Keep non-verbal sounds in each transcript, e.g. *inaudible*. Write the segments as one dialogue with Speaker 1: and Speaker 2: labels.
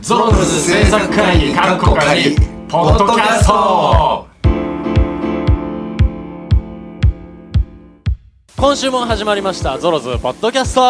Speaker 1: ゾロムズ制作会議かっこかりポッドキャスト
Speaker 2: 今週も始まりましたゾロズポッドキャスト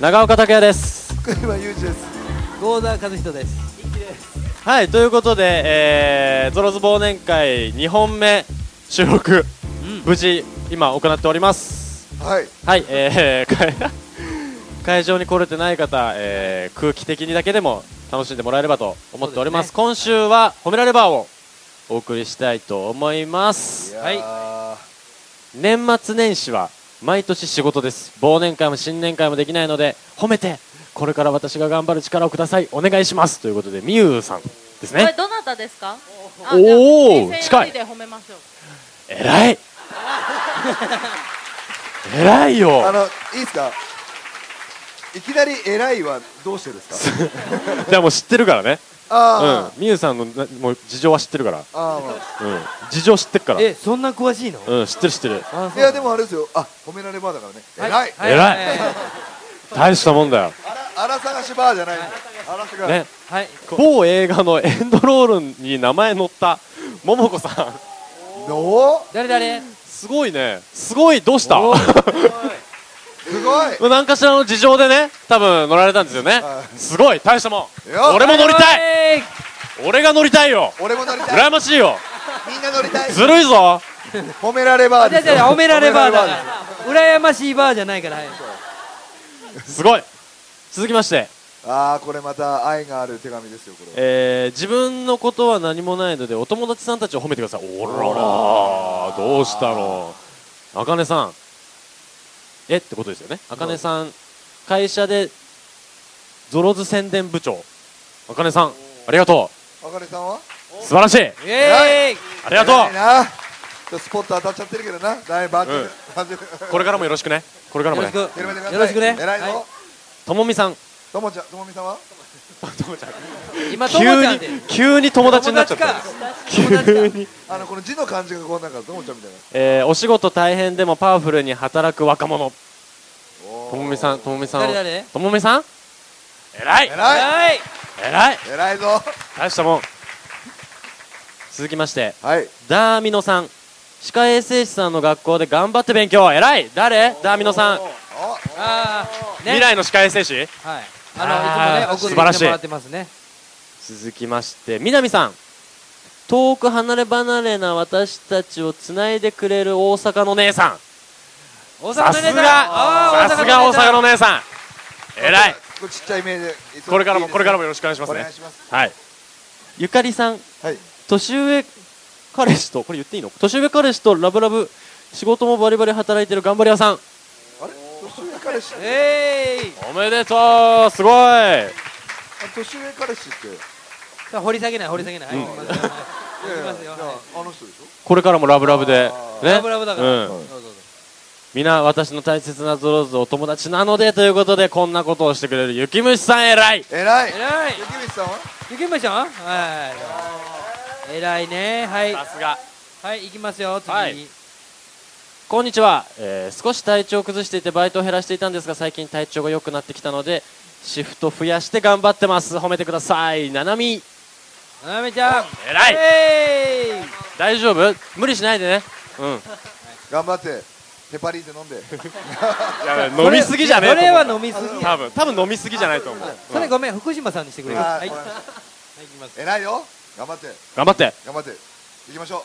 Speaker 2: 長岡拓也です
Speaker 3: 今ユージです。
Speaker 4: ゴーダー和人です。
Speaker 2: はいということで、えー、ゾロズ忘年会2本目収録、無事今行っております
Speaker 3: はい。
Speaker 2: はいえー、会 *laughs* 会場に来れてない方、えー、空気的にだけでも楽しんでもらえればと思っております
Speaker 4: そうですね
Speaker 2: 今週は「褒められバー」をお送りしたいと思います
Speaker 4: はい
Speaker 3: は
Speaker 2: 年末年始は毎年仕事です忘年会も新年会もできないので褒めてこれから私が頑張る力をくださいお願いしますということでみゆうさんです
Speaker 5: これ
Speaker 2: ね
Speaker 5: どなたですか
Speaker 2: おー
Speaker 5: あじゃ
Speaker 2: 近い
Speaker 5: あ平成よりで褒めましょう
Speaker 2: えらいえらい
Speaker 3: あ
Speaker 2: よ
Speaker 3: の、いいですか。いきなり偉いはどうしてですか。
Speaker 2: でもう知ってるからね
Speaker 3: あ
Speaker 2: うんみゆさんのなもう事情は知ってるから、うん、
Speaker 3: あ、ああ、ま
Speaker 2: 事情知ってるから
Speaker 4: え、そんな詳しいの？
Speaker 2: うん知ってる知ってる
Speaker 4: あ
Speaker 3: あいや、でもあれですよ。あ、褒められバーだからね。偉い。
Speaker 2: い偉い。大したもんだよ、
Speaker 3: あら探しバーじゃないんだ。あら探し。
Speaker 2: ね、
Speaker 4: はい。
Speaker 2: 某映画のエンドロールに名前載ったももこさん
Speaker 3: の。
Speaker 4: 誰誰？
Speaker 2: すごいねすごいどうした
Speaker 4: お
Speaker 3: すご
Speaker 2: *laughs*
Speaker 3: い。
Speaker 2: 何かしらの事情でね多分乗られたんですよね
Speaker 3: は
Speaker 2: すごい大したもん
Speaker 3: いや
Speaker 2: 俺も乗りたい
Speaker 4: たい。
Speaker 2: 俺が乗りたいよ
Speaker 3: 俺も乗りたい。
Speaker 2: 羨ましいよ
Speaker 3: みんな乗りたい。
Speaker 2: ずるいぞ
Speaker 3: 褒められバー
Speaker 4: じ
Speaker 3: で
Speaker 4: ゃあ
Speaker 3: す
Speaker 4: じゃ
Speaker 3: よ。
Speaker 4: あじゃあ褒められバーだ
Speaker 3: 褒
Speaker 4: か
Speaker 3: められバ
Speaker 4: ら。羨ましいバーじゃないから。はい。
Speaker 2: すごい続きまして、
Speaker 3: ですああ、これまた愛がある手紙ですよ。これは。
Speaker 2: えー、自分のことは何もないのでお友達さんたちを褒めてくださいおららどうしたのあかねさんえってことですよねあかねさん会社でゾロズ宣伝部長あかねさんありがと
Speaker 3: あかねさんは。
Speaker 2: う素晴らしい
Speaker 4: イエーイ。
Speaker 2: ありがとう
Speaker 3: 偉いな。ちょっとスポット当たっちゃってるけどな。だいぶ。
Speaker 2: うん
Speaker 3: *laughs*
Speaker 2: これからもよろしくねこれから
Speaker 4: よ
Speaker 2: も
Speaker 4: ろ
Speaker 2: ね
Speaker 4: しく。
Speaker 3: 広
Speaker 4: よ
Speaker 3: めてください。
Speaker 4: ろしくね。
Speaker 3: 偉い
Speaker 4: は
Speaker 3: ぞ。
Speaker 2: ともみさん
Speaker 3: ともちゃん、ともみさんは。
Speaker 4: い。今友
Speaker 2: 急
Speaker 4: 達
Speaker 2: に急に友達になっちゃった
Speaker 4: 友達か
Speaker 2: 急に、
Speaker 3: あの、この字の漢字がこうなんか、ともちゃんみたいな。
Speaker 2: えーお仕事大変でもパワフルに働く若者
Speaker 3: おー
Speaker 2: ともみさんともみさん
Speaker 4: 誰誰？
Speaker 2: ともみさんえらい
Speaker 3: 偉い
Speaker 4: はい。
Speaker 2: えらい
Speaker 3: 偉いぞ
Speaker 2: 大したもん続きまして
Speaker 3: はい
Speaker 2: ダーミノさん歯科衛生士さんの学校で頑張って勉強えらい誰ダーミノさん、
Speaker 4: ああ。ね
Speaker 2: 未。来の歯科衛生士
Speaker 4: はい。
Speaker 2: あ
Speaker 4: あ
Speaker 2: ー
Speaker 4: のいつ
Speaker 2: 素
Speaker 4: もね送
Speaker 2: 晴ら
Speaker 4: っ
Speaker 2: しい
Speaker 4: てもらってますね。
Speaker 2: 続きまして南さん遠く離れ離れな私たちをつないでくれる大阪の姉さん
Speaker 4: 大阪
Speaker 2: さ
Speaker 4: の
Speaker 2: す
Speaker 4: ネタ
Speaker 2: が
Speaker 4: あー
Speaker 2: さすが大阪
Speaker 4: の
Speaker 2: の姉さんえらい
Speaker 3: これちっちゃい目で
Speaker 2: これからもこれからも
Speaker 3: よ
Speaker 2: よろしくお願いします
Speaker 3: ろお願
Speaker 2: ね
Speaker 3: いします
Speaker 2: はいゆかりさん
Speaker 3: はい
Speaker 2: 年上彼氏とこれ言っていいの年上彼氏とラブラブ仕事もバリバリ働いてる頑張り屋さん
Speaker 3: あれ年上彼氏
Speaker 4: ネタえい。
Speaker 2: おめでとうすごい
Speaker 3: あ年上彼氏ってい
Speaker 4: さあ掘り下げない掘り下げない。はい行きますよ
Speaker 3: やいや
Speaker 4: 行きますよ
Speaker 3: じゃ
Speaker 4: はい
Speaker 3: ああの人でしょ
Speaker 2: これからもラブラブで
Speaker 3: あ
Speaker 2: ね
Speaker 4: ラブラブだから
Speaker 2: うん
Speaker 4: どうぞどうぞ
Speaker 2: 皆私の大切なゾロズお友達なのでということでこんなことをしてくれる雪虫さんえらい
Speaker 3: 偉い
Speaker 4: 偉い
Speaker 3: 雪道さんは
Speaker 4: ゆきまちゃんはい偉いねはい
Speaker 2: さすが
Speaker 4: はい行きますよ次、
Speaker 2: はいこんにちは、えー少し体調を崩していてバイトを減らしていたんですが最近体調が良くなってきたのでシフト増やして頑張ってます褒めてくださいななみ
Speaker 4: ななみちゃん
Speaker 2: えらい
Speaker 4: えい
Speaker 2: 大丈夫無理しないでねうん
Speaker 3: 頑張ってヘパリーゼ飲んで
Speaker 2: 飲みすぎじゃねえ
Speaker 4: それは
Speaker 2: と思う
Speaker 4: 飲みすぎ
Speaker 2: 多分多分飲みすぎじゃないと思う
Speaker 4: それごめん福島さんにしてくれる
Speaker 3: あー
Speaker 4: はい
Speaker 3: ご
Speaker 4: は
Speaker 3: めん
Speaker 4: い行きます
Speaker 3: 偉いよ頑張って
Speaker 2: 頑張って
Speaker 3: 頑張って行きましょう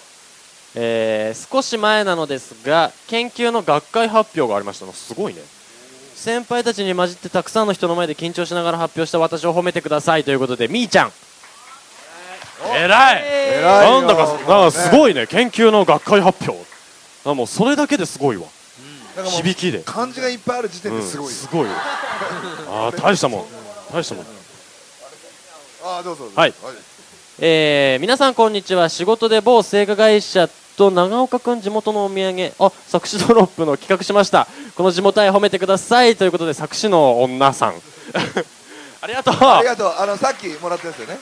Speaker 2: えー少し前なのですが研究の学会発表がありましたのすごいね先輩たちに混じってたくさんの人の前で緊張しながら発表した私を褒めてくださいということでみーちゃんえらい
Speaker 4: え
Speaker 3: 偉いよ
Speaker 2: なんだかなんかすごいね研究の学会発表あもうそれだけですごいわ
Speaker 3: なんかもう
Speaker 2: 響きで、
Speaker 3: 漢字がいっぱいある時点
Speaker 2: う
Speaker 3: で
Speaker 2: ん、
Speaker 3: すごいよ
Speaker 2: すごいよあー大したもん大したもん
Speaker 3: ああどうぞどうぞ
Speaker 2: はいえー皆さんこんにちは仕事で某製菓会社と長岡くん地元のお土産あ作詞ドロップの企画しましたこの地元愛褒めてくださいということで作詞の女さん *laughs* ありがとう
Speaker 3: あ
Speaker 2: あ
Speaker 3: りがとうあのさっきもらったやつよね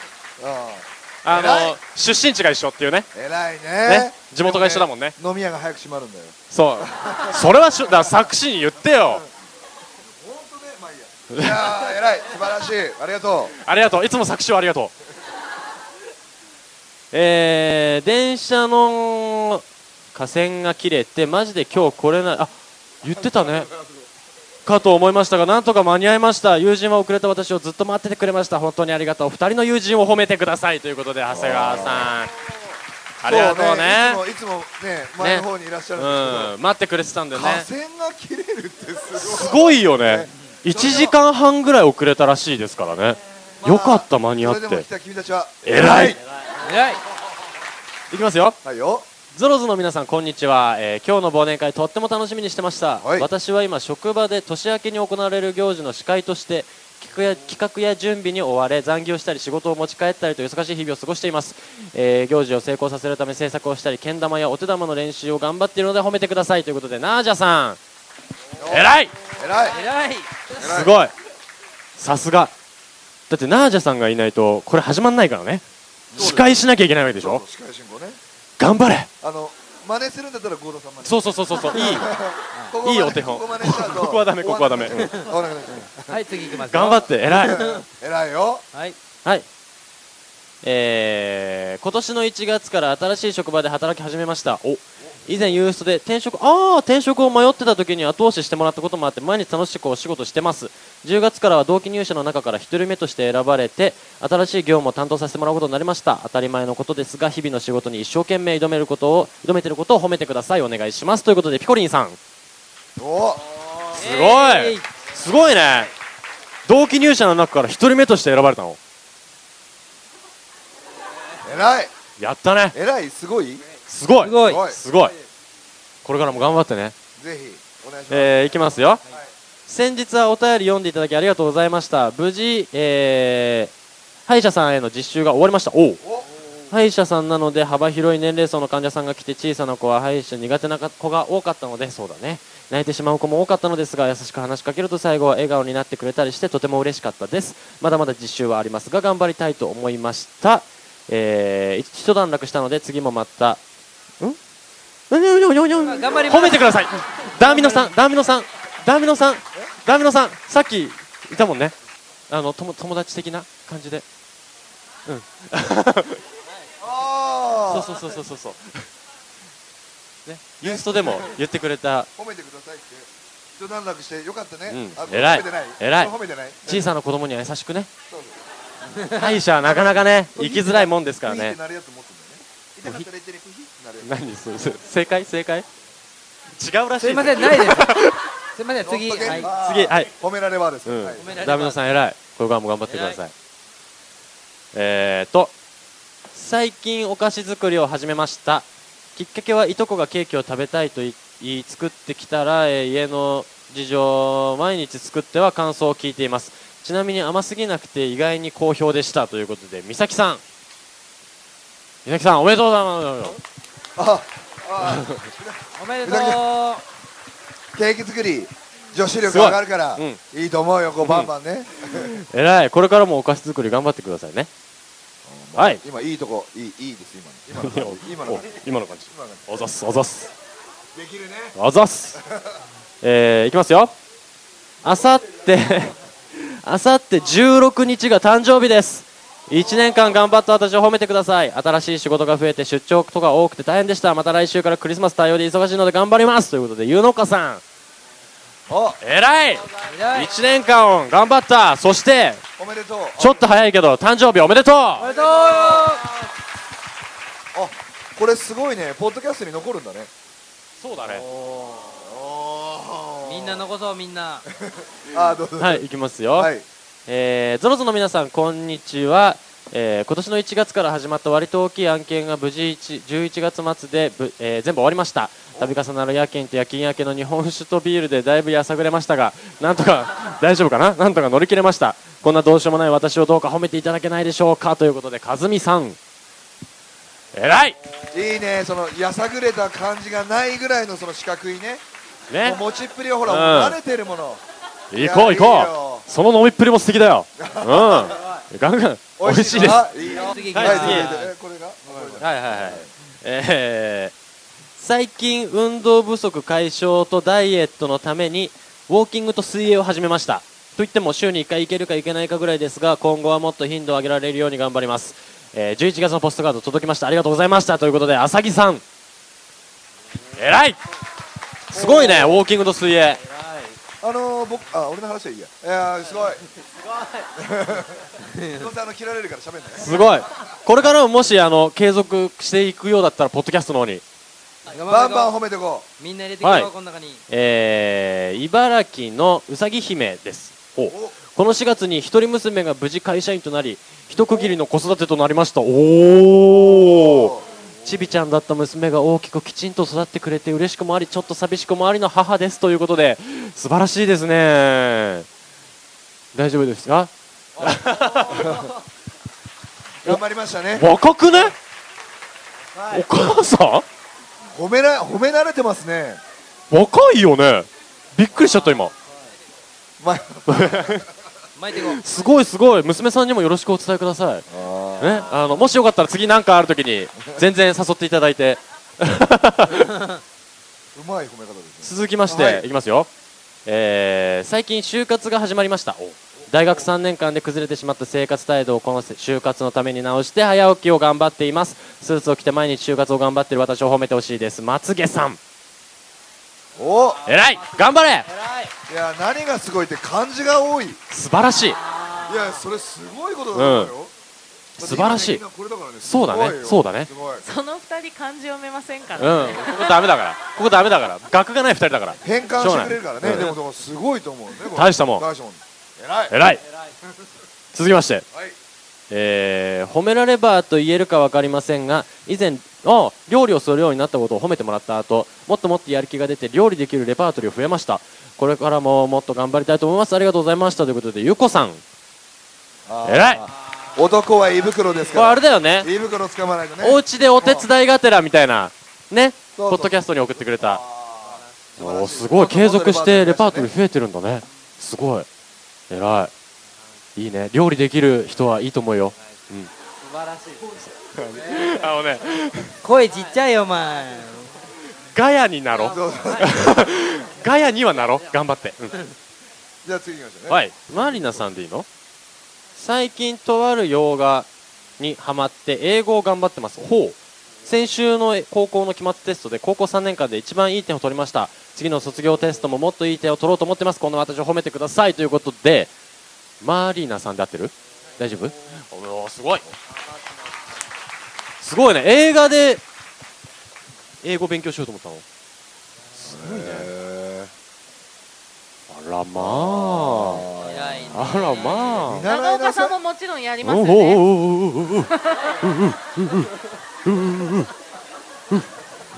Speaker 3: あ偉
Speaker 2: の
Speaker 3: い
Speaker 2: 出身地が一緒っていうね
Speaker 3: あ偉い
Speaker 2: ね
Speaker 3: ね
Speaker 2: 地元が一緒だもんね
Speaker 3: で飲み屋が早く閉まるんだよ
Speaker 2: そうそれはしゅだから作詞に言ってよ
Speaker 3: 本当ねまあいやー偉い素晴らしいありがと
Speaker 2: ありがとういつも作詞をありがとうえー、電車の架線が切れてマジで今日来れないあ言ってたねかと思いましたがなんとか間に合いました友人は遅れた私をずっと待っててくれました本当にありがとう二人の友人を褒めてくださいということで長谷川さん
Speaker 3: う
Speaker 2: ありがとうね
Speaker 3: そういつもいつもね前の方にいらっしゃるんで
Speaker 2: うん、待ってくれてたんだよね
Speaker 3: すけど、架線が切れるってす
Speaker 2: す
Speaker 3: ごい
Speaker 2: ごいよね1時間半ぐらい遅れたらしいですからねよかった間に合っ
Speaker 3: それでも
Speaker 2: て
Speaker 3: 来た君たちは
Speaker 2: 偉い
Speaker 4: 偉い
Speaker 2: いきますよ
Speaker 3: はいよ
Speaker 2: ゾロズの皆さんこんにちは、えー今日の忘年会とっても楽しみにしてました、
Speaker 3: はい
Speaker 2: 私は今職場で年明けに行われる行事の司会として企画や企画や準備に追われ残業したり仕事を持ち帰ったりと忙しい日々を過ごしています、えー行事を成功させるため制作をしたりけん玉やお手玉の練習を頑張っているので褒めてくださいということでナージャさん偉い
Speaker 3: 偉い
Speaker 4: 偉い
Speaker 2: すごいさすがだってナージャさんがいないとこれ始まんないからね司会しなきゃいけないわけでしょ
Speaker 3: 司会進行ね
Speaker 2: 頑張れ
Speaker 3: あの真似するんだったら郷田さん真似
Speaker 2: そうそうそうそうそういい
Speaker 3: ここまで
Speaker 2: いいお手本
Speaker 3: ここ真似しちゃうと
Speaker 2: ここはダメここはダメ
Speaker 3: 終わらなくなっちゃう
Speaker 4: はい次行きますよ
Speaker 2: 頑張って偉い
Speaker 3: 偉いよ
Speaker 4: はい
Speaker 2: はいえー、今年の1月から新しい職場で働き始めましたお以前ユーストで転職ああ転職を迷ってた時に後押ししてもらったこともあって毎日楽しくお仕事してます10月からは同期入社の中から1人目として選ばれて新しい業務を担当させてもらうことになりました当たり前のことですが日々の仕事に一生懸命挑めることを挑めてることを褒めてくださいお願いしますということでピコリンさん
Speaker 3: お
Speaker 2: すごい
Speaker 4: えー
Speaker 2: すごいね同期入社の中から1人目として選ばれたの
Speaker 3: 偉い
Speaker 2: やったね
Speaker 3: 偉いすごい
Speaker 2: すごい
Speaker 4: すごい
Speaker 3: ごい
Speaker 2: すごいこれからも頑張ってね
Speaker 3: ぜひお願いします
Speaker 2: えー、いきますよ、先日はお便り読んでいただきありがとうございました無事、えー歯医者さんへの実習が終わりましたおう
Speaker 3: お
Speaker 2: 歯医者さんなので幅広い年齢層の患者さんが来て小さな子は歯医者苦手な子が多かったのでそうだね泣いてしまう子も多かったのですが優しく話しかけると最後は笑顔になってくれたりしてとても嬉しかったですまだまだ実習はありますが頑張りたいと思いましたえー、一段落したので次もまたんうんにょにょにょにょにょ
Speaker 4: 頑張ります
Speaker 2: 褒めてくださいダーミノさんダーミノさんダーミノさんダーミノさんさっきいたもんねあのとも友達的な感じでうん
Speaker 3: あ
Speaker 2: そうそうそうそうそうそう。ね、ユーストでも言ってくれた
Speaker 3: あ褒めてくださいって一段落してよかったね
Speaker 2: うん
Speaker 3: あ
Speaker 2: 偉い
Speaker 3: 褒めてな
Speaker 2: 偉い
Speaker 3: 褒めてない
Speaker 2: 小さな子供には優しくね
Speaker 3: そう。
Speaker 2: 歯医者はなかなかね、生きづらいもんですから
Speaker 3: ピヒっ
Speaker 2: ね
Speaker 3: て。なるやつ持ってんだよね痛かったら言ってねピヒってなるや
Speaker 2: 何それそれ正解正解違うらしい。
Speaker 4: すいませんないですすいません
Speaker 3: つ
Speaker 4: 次はい
Speaker 3: あー
Speaker 2: 次はい。
Speaker 3: 褒められはです
Speaker 2: う
Speaker 3: ね
Speaker 2: ん
Speaker 3: はい
Speaker 4: められま。す
Speaker 2: ダメのさん偉い。これからも頑張ってください。えーと、最近お菓子作りを始めました。きっかけはいとこがケーキを食べたいと言い言い作ってきたら、えー家の事情を毎日作っては感想を聞いていますちなみに甘すぎなくて意外に好評でしたということで美咲さん美咲さんおめでとうございます
Speaker 3: ああ
Speaker 4: おめでとう
Speaker 3: ケーキ作
Speaker 2: *laughs*
Speaker 3: り女子力上がるから
Speaker 2: すごい
Speaker 3: いいと思うよこうバンバンね
Speaker 2: えらいこれからもお菓子作り頑張ってくださいねはい
Speaker 3: 今いいとこいいいいです今の今の今の
Speaker 2: お今の感じ
Speaker 3: 今の
Speaker 2: あざっすあざっす
Speaker 3: できるね
Speaker 2: あざっす。 *laughs* えー、いきますよ。あさって、 *laughs* あさって16日が誕生日です。1年間頑張った私を褒めてください。新しい仕事が増えて出張とか多くて大変でした。また来週からクリスマス対応で忙しいので頑張ります。ということで、ゆのかさん、
Speaker 3: お
Speaker 2: えらい
Speaker 4: 偉い
Speaker 2: !1 年間頑張った。そして、
Speaker 3: おめでとう
Speaker 2: ちょっと早いけど、誕生日おめでとう
Speaker 4: おめでとう
Speaker 3: あこれすごいねポッドキャストに残るんだね
Speaker 2: そうだね。
Speaker 4: みんな残そうみんな
Speaker 3: あどうぞ
Speaker 2: はい、いきますよ。
Speaker 3: はい
Speaker 2: えー、ゾロゾの皆さんこんにちは、えー今年の1月から始まった割と大きい案件が無事1 11月末でぶ、えー全部終わりました度重なる夜勤と夜勤明けの日本酒とビールでだいぶやさぐれましたがなんとか大丈夫かななんとか乗り切れましたこんなどうしようもない私をどうか褒めていただけないでしょうかということで和美さんえらい
Speaker 3: いいねそのやさぐれた感じがないぐらいのその四角いね
Speaker 2: ね
Speaker 3: もう持ちっぷりはほら
Speaker 2: うん
Speaker 3: もう慣れてるもの
Speaker 2: 行こう
Speaker 3: いやいい
Speaker 2: 行こ
Speaker 3: よ
Speaker 2: うその飲みっぷりも素敵だようんガンガン美味しいです
Speaker 3: あいいよ
Speaker 4: 次行
Speaker 3: は
Speaker 4: きま
Speaker 3: い
Speaker 4: す
Speaker 3: 続いてえこれが
Speaker 2: はいはいはい、えー最近運動不足解消とダイエットのためにウォーキングと水泳を始めましたといっても週に1回行けるか行けないかぐらいですが今後はもっと頻度を上げられるように頑張ります、えー11月のポストカード届きましたありがとうございましたということで浅木さん偉いすごいねウォーキングと水泳
Speaker 3: あのー、僕あ俺の話はいいやいやーすごい *laughs* すごいどうせあの切られるから喋んない
Speaker 2: すごいこれからももしあの継続していくようだったらポッドキャストの方に
Speaker 3: バンバン褒めてこう
Speaker 4: みんな入れてくれ
Speaker 2: は
Speaker 4: よ
Speaker 2: い
Speaker 4: この中に
Speaker 2: えー茨城のうさぎ姫ですこの4月に一人娘が無事会社員となり一区切りの子育てとなりましたおおちびちゃんだった娘が大きくきちんと育ってくれて嬉しくもありちょっと寂しくもありの母ですということで素晴らしいですね大丈夫ですか
Speaker 3: 頑張りましたね
Speaker 2: 若くねお母さ
Speaker 3: 褒めら褒められてますね
Speaker 2: ん若いよねびっくりしちゃった今
Speaker 3: まあ
Speaker 4: 巻いていこう
Speaker 2: すごいすごい娘さんにもよろしくお伝えくださいね、あのもしよかったら次何かあるときに全然誘っていただいて *laughs*
Speaker 3: うまい褒め方ですね
Speaker 2: 続きまして、
Speaker 3: はい
Speaker 2: い、きますよ、えー最近就活が始まりました大学3年間で崩れてしまった生活態度をこの就活のために直して早起きを頑張っていますスーツを着て毎日就活を頑張っている私を褒めてほしいですまつげさん
Speaker 3: お
Speaker 2: 偉い頑張れ
Speaker 3: いや何がすごいって漢字が多いい
Speaker 2: 素晴らしい
Speaker 3: やそれすごいことだと思うよ、だっ
Speaker 2: 素
Speaker 3: て
Speaker 2: 晴らしい
Speaker 3: 今ねみんなこれだからね
Speaker 2: そうだね
Speaker 3: すごいよ
Speaker 2: そうだね
Speaker 3: すごい
Speaker 5: その二人漢字読めませんか
Speaker 2: うん
Speaker 5: ら、
Speaker 2: こ
Speaker 5: ね
Speaker 2: こダメだからここダメだから学がない2人だから
Speaker 3: 変換してくれるからね
Speaker 2: しょうがない
Speaker 3: でもでもすごいと思うねこれ
Speaker 2: 大したもん
Speaker 3: 大したもん偉い
Speaker 2: 偉い続きまして
Speaker 3: はい
Speaker 2: えー褒められばと言えるか分かりませんが以前あ料理をするようになったことを褒めてもらった後もっともっとやる気が出て料理できるレパートリーを増えましたこれからももっと頑張りたいと思いますありがとうございましたということでゆこさん
Speaker 3: あー
Speaker 2: 偉い
Speaker 3: 男は胃袋です
Speaker 2: これあ
Speaker 3: か
Speaker 2: れだよね
Speaker 3: ら胃袋つかまないとね
Speaker 2: お家でお手伝いがてらみたいなね
Speaker 3: そうそう
Speaker 2: ポッドキャストに送ってくれた
Speaker 3: 素晴らし
Speaker 2: おすごい継続してレパートリー増えてるんだねすごい偉いいいね料理できる人はいいと思うよ
Speaker 4: 素晴らしい
Speaker 2: あのね
Speaker 4: 声ちっちゃいよお前
Speaker 2: ガヤになろ
Speaker 3: そうそう
Speaker 2: ガヤにはなろ頑張って、うん
Speaker 3: じゃあ次行きましょうね
Speaker 2: はい、マリナさんでいいの最近とある洋画にハマって英語を頑張ってますほう先週の高校の期末テストで高校3年間で一番いい点を取りました次の卒業テストももっといい点を取ろうと思ってますこの私を褒めてくださいということでマリナさんで合ってる大丈夫おおすごいすごいね映画で英語勉強しようと思ったのすごいね
Speaker 3: へ
Speaker 2: あらまあ
Speaker 4: 偉いね
Speaker 2: あらまあ
Speaker 5: 長
Speaker 3: ー習いな
Speaker 5: 岡さ
Speaker 3: さ
Speaker 5: ん
Speaker 3: い
Speaker 5: ももちろんやり
Speaker 2: お
Speaker 5: ま
Speaker 2: う
Speaker 5: す
Speaker 2: お
Speaker 5: よ
Speaker 2: う
Speaker 5: ね
Speaker 2: おうおうおうおう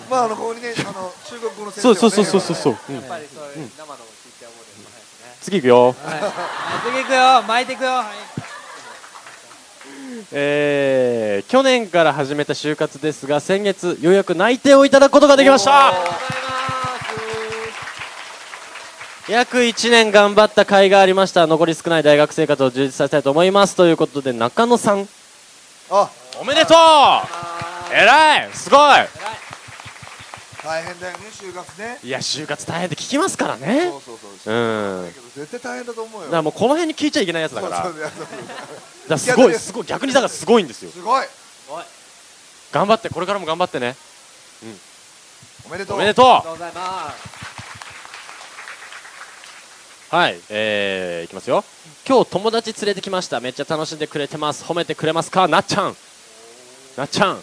Speaker 3: まああのここにねあの中国語の先生
Speaker 2: そ
Speaker 3: は
Speaker 2: う
Speaker 3: ね
Speaker 2: そうそうそうそうそう、うん
Speaker 6: やっぱりそういう生の知って思うですね。
Speaker 2: 次行くよ
Speaker 4: はいはい次行くよ巻いていくよはい
Speaker 2: えー、去年から始めた就活ですが先月ようやく内定をいただくことができました約1年頑張った甲斐がありました残り少ない大学生活を充実させたいと思いますということで中野さん
Speaker 3: あ
Speaker 2: おめでとうえらいすごい
Speaker 3: 大変だよね就活ね
Speaker 2: いや就活大変って聞きますからね
Speaker 3: そうそうそ
Speaker 2: う
Speaker 3: うだ
Speaker 2: ん
Speaker 3: けど絶対大変だと思うよ
Speaker 2: だからもうこの辺に聞いちゃいけないやつだ
Speaker 3: そ
Speaker 2: か
Speaker 3: う
Speaker 2: ら
Speaker 3: そう
Speaker 2: だか
Speaker 3: いやそうそ
Speaker 2: らすご
Speaker 3: う
Speaker 2: いすごい逆にだからすごいんですよ
Speaker 3: すごい
Speaker 2: 頑張ってこれからも頑張ってね
Speaker 3: おめでとう
Speaker 2: おめでと
Speaker 6: ありがとうございます。
Speaker 2: うはいえー、いきますよ今日友達連れてきましためっちゃ楽しんでくれてます褒めてくれますかなっちゃんなっちゃん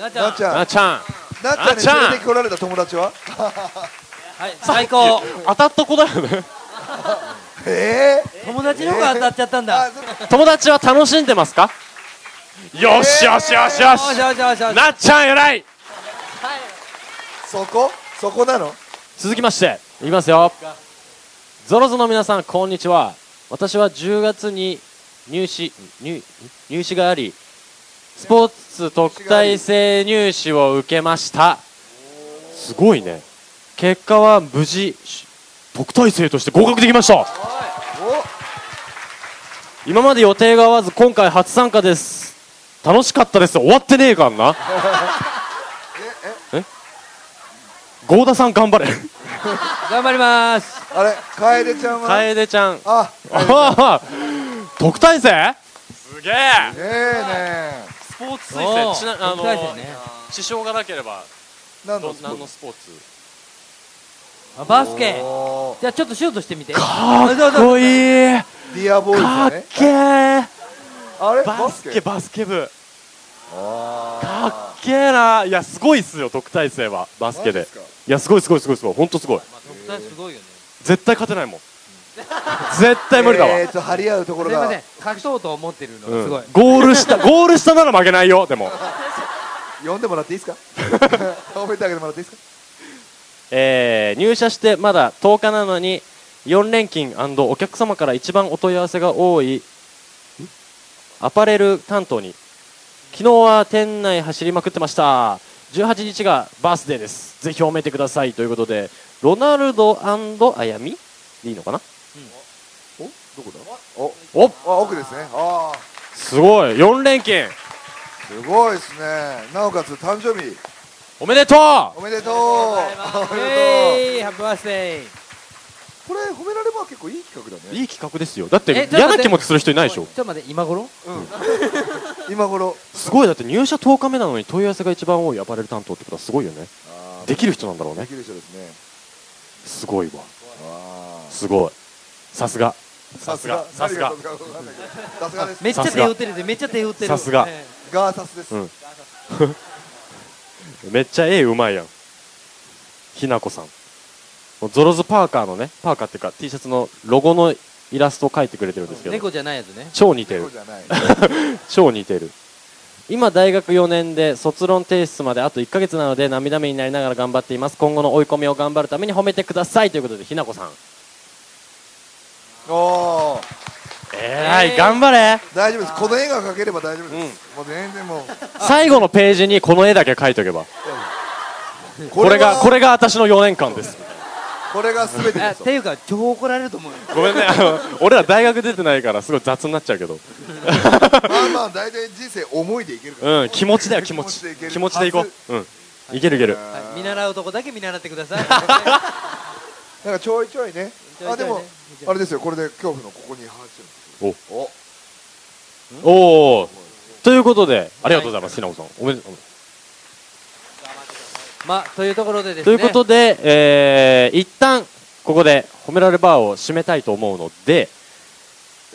Speaker 4: なっちゃん
Speaker 3: なっちゃん
Speaker 2: なっちゃん
Speaker 3: な
Speaker 2: なっ
Speaker 3: っちゃんに
Speaker 2: ちゃん
Speaker 3: 連れてこられた友達は *laughs*
Speaker 4: はい最高
Speaker 2: 当たった子だよね
Speaker 3: ええ
Speaker 4: 友達の方が当たっちゃったんだ
Speaker 3: あそう
Speaker 2: 友達は楽しんでますかよしよしよしよ
Speaker 4: よし
Speaker 2: し
Speaker 4: よしよしよし
Speaker 2: なっちゃん偉い
Speaker 3: そこそこなの
Speaker 2: 続きましていきますよゾロゾの皆さんこんにちは私は10月に入試入入試がありスポーツ特待生入試を受けましたすごいね結果は無事し特待生として合格できました今まで予定が合わず今回初参加です楽しかったです終わってねえから *laughs* なえ合田さん頑張れ
Speaker 4: 頑張ります
Speaker 3: あれ楓ちゃんは
Speaker 2: 楓ちゃん
Speaker 3: あ
Speaker 2: あー特待生すげえ
Speaker 3: ねえね
Speaker 2: スポーツ推
Speaker 4: お
Speaker 2: 薦
Speaker 4: ー
Speaker 2: ちなあの
Speaker 4: 特待生ね
Speaker 2: 支障がなければ
Speaker 3: え何
Speaker 2: ど
Speaker 3: のスポ
Speaker 2: 何
Speaker 3: ー
Speaker 2: の
Speaker 3: ツ
Speaker 2: スポーツ
Speaker 4: あバスケ
Speaker 3: おー
Speaker 4: じゃあちょっとシュートしてみて
Speaker 2: か
Speaker 4: っ
Speaker 2: こいい
Speaker 3: ディアボーイズだね
Speaker 2: けえ
Speaker 3: あれ
Speaker 2: バ
Speaker 3: バ
Speaker 2: ス
Speaker 3: ス
Speaker 2: ケ
Speaker 3: ケ
Speaker 2: バスケ部かっ
Speaker 3: あ
Speaker 2: けえないやすごいっすよ特待生はバ
Speaker 3: ー
Speaker 2: スケ
Speaker 3: マ
Speaker 2: で
Speaker 3: ジっすか
Speaker 2: いやすごいすごいすごいすごい本当すごい
Speaker 4: まあ特待すごいよね
Speaker 2: 絶対勝てない
Speaker 3: *laughs*
Speaker 2: もん絶対無理だわ、
Speaker 3: えーっと張り合うところ
Speaker 4: すいま
Speaker 3: が
Speaker 4: せん勝とうと思ってるの
Speaker 2: う
Speaker 4: が
Speaker 2: ん
Speaker 4: すごい
Speaker 2: ゴール下ゴール下なら負けないよでも
Speaker 3: 呼んでもらってい
Speaker 2: *laughs*
Speaker 3: いですか褒めてあげてもらっていいですか
Speaker 2: えー入社してまだ10日なのに4連勤お客様から一番お問い合わせが多いアパレル担当に昨日は店内走りまくってました18日がバースデーですぜひ褒めてくださいということでロナルドあやみでいいのかな
Speaker 3: おどこだお
Speaker 2: お
Speaker 3: あ奥ですねああ
Speaker 2: すごい4連勤
Speaker 3: すごいですねなおかつ誕生日
Speaker 2: おめでとう
Speaker 3: おめでとうおめでとう
Speaker 4: イエーイハッピーバースデー
Speaker 3: これ褒められれば結構いい企画だね
Speaker 2: いい企画ですよだって
Speaker 4: えちょっと
Speaker 2: 嫌
Speaker 4: 待っ
Speaker 2: な気
Speaker 4: て
Speaker 2: 持ちする人いないでし
Speaker 4: ちょ
Speaker 2: ょ
Speaker 4: っと待って今頃
Speaker 3: 今頃
Speaker 2: すごいだって入社10日目なのに問い合わせが一番多いアパレル担当ってことはすごいよね
Speaker 3: あー
Speaker 2: できる人なんだろうね
Speaker 3: できる人ですね
Speaker 2: すごいわ
Speaker 3: あー
Speaker 2: すごいさすがさすがさ
Speaker 3: さ
Speaker 2: す
Speaker 3: す
Speaker 2: が
Speaker 3: が何がさすがわかんないけどさすがです
Speaker 4: めっちゃ手打てるでめっちゃ手打てる
Speaker 2: さすが
Speaker 4: え
Speaker 3: ガーサスです
Speaker 2: うんめっちゃ絵うまいやんひなこさんもうゾロズパーカーのねパーカーっていうか T シャツのロゴのイラストを描いてくれてるんです
Speaker 4: え
Speaker 2: けど
Speaker 4: 猫じゃないやつね
Speaker 2: 超似て
Speaker 3: そ
Speaker 2: る
Speaker 3: うじゃない
Speaker 2: 超似てる今大学4年で卒論提出まであと1ヶ月なので涙目になりながら頑張っています今後の追い込みを頑張るために褒めてくださいということでひなこさん
Speaker 3: おー
Speaker 2: えらい頑張れ
Speaker 3: 大丈夫ですこの絵が描ければ大丈夫ですもう全然もう
Speaker 2: 最後のページにこの絵だけ描いておけばこれが
Speaker 3: は
Speaker 2: これが私の4年間です
Speaker 3: これが全て
Speaker 4: あ
Speaker 3: で
Speaker 4: っ
Speaker 3: す
Speaker 4: ていうか超怒られると思
Speaker 2: *laughs*
Speaker 4: うよ
Speaker 2: ごめんね、あの俺ら大学出てないからすごい雑になっちゃうけど、 *laughs*
Speaker 3: まあまあ大体人生思いでいけるから
Speaker 2: うん、気持ちだよ気持ち
Speaker 3: でいける
Speaker 2: 気持ちでいこ
Speaker 3: はず
Speaker 2: う、うん、いけるいける
Speaker 4: はい見習うとこだけ見習ってください
Speaker 2: *laughs*
Speaker 3: なんかちょいちょいね
Speaker 4: ちょいちょいね
Speaker 3: あでもあれですよこれで恐怖のここに話してるんですよお
Speaker 2: おおということでありがとうございますひなこさんおめでとう
Speaker 4: まあというところでですね
Speaker 2: ということで、えー、一旦ここで褒められバーを締めたいと思うので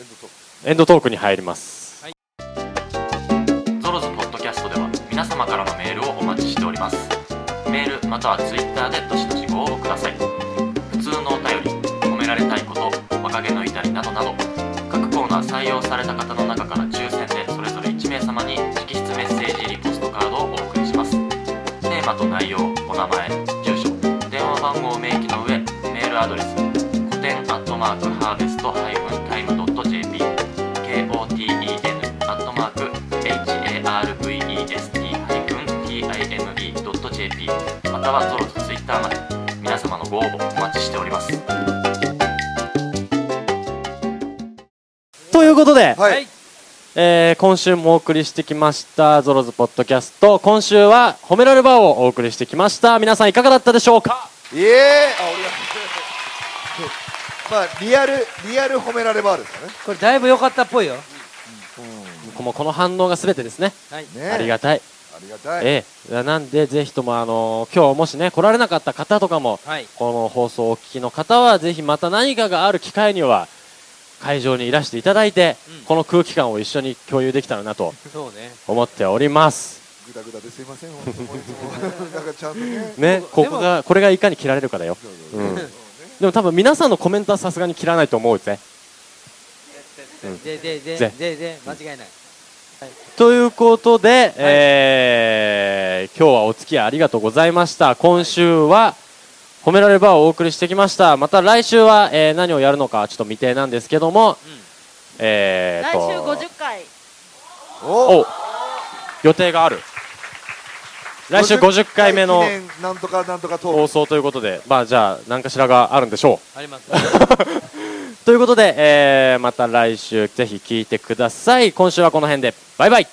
Speaker 3: エンドトーク
Speaker 2: エンドトークに入ります
Speaker 7: ゾロズポッドキャストでは皆様からのメールをお待ちしておりますメールまたはツイッターでどしどしご応募ください普通のお便り褒められたいこと若気の至りなどなど各コーナー採用された方の中から抽選でそれぞれ1名様に直筆メッセージリポストカードをお送りしますテーマと内容お名前住所電話番号を明記の上メールアドレス古典アットマークハーベストハイフンタイムドット JP koten.harvest-time.jp またはゾロとツイッターまで皆様のご応募お待ちしております
Speaker 2: ということで、
Speaker 3: はい
Speaker 4: はい
Speaker 2: えー今週もお送りしてきましたゾロズポッドキャスト今週は褒められバーをお送りしてきました皆さんいかがだったでしょうか
Speaker 3: いえー、あ俺がまあリアルリアル褒められバーですよね
Speaker 4: これだいぶ良かったっぽいよ
Speaker 2: もうこの反応が全てですね
Speaker 4: はい
Speaker 3: ねえ
Speaker 2: ありがたい
Speaker 3: ありがたい
Speaker 2: ええ、なんでぜひとも、あの今日もしね来られなかった方とかも
Speaker 4: はい
Speaker 2: この放送をお聞きの方はぜひまた何かがある機会には会場にいらしていただいて、
Speaker 4: うん
Speaker 2: この空気感を一緒に共有できたらなと
Speaker 4: そうね
Speaker 2: 思っております
Speaker 3: グダグダですいません本当にもういつ
Speaker 2: *laughs*
Speaker 3: もなんかちゃんとね
Speaker 2: ね
Speaker 4: そ
Speaker 2: こ
Speaker 4: う
Speaker 2: こがこれがいかに切られるかだよ、うん、でも多分皆さんのコメントはさすがに切らないと思うぜ
Speaker 4: *laughs* ででで
Speaker 2: ぜ
Speaker 4: でで間違いない
Speaker 2: ということで、えー今日はお付き合いありがとうございました今週は褒められバーをお送りしてきましたまた来週は、えー何をやるのかちょっと未定なんですけども、えー
Speaker 5: 来週
Speaker 2: と
Speaker 5: 50回
Speaker 3: お
Speaker 2: お予定がある来週50回目の
Speaker 3: 記念なんとかなんとかトー
Speaker 2: 放
Speaker 3: ク
Speaker 2: 送ということでまあじゃあ何かしらがあるんでしょう
Speaker 4: *laughs* あります
Speaker 2: ということで、えーまた来週ぜひ聞いてください今週はこの辺でバイバイ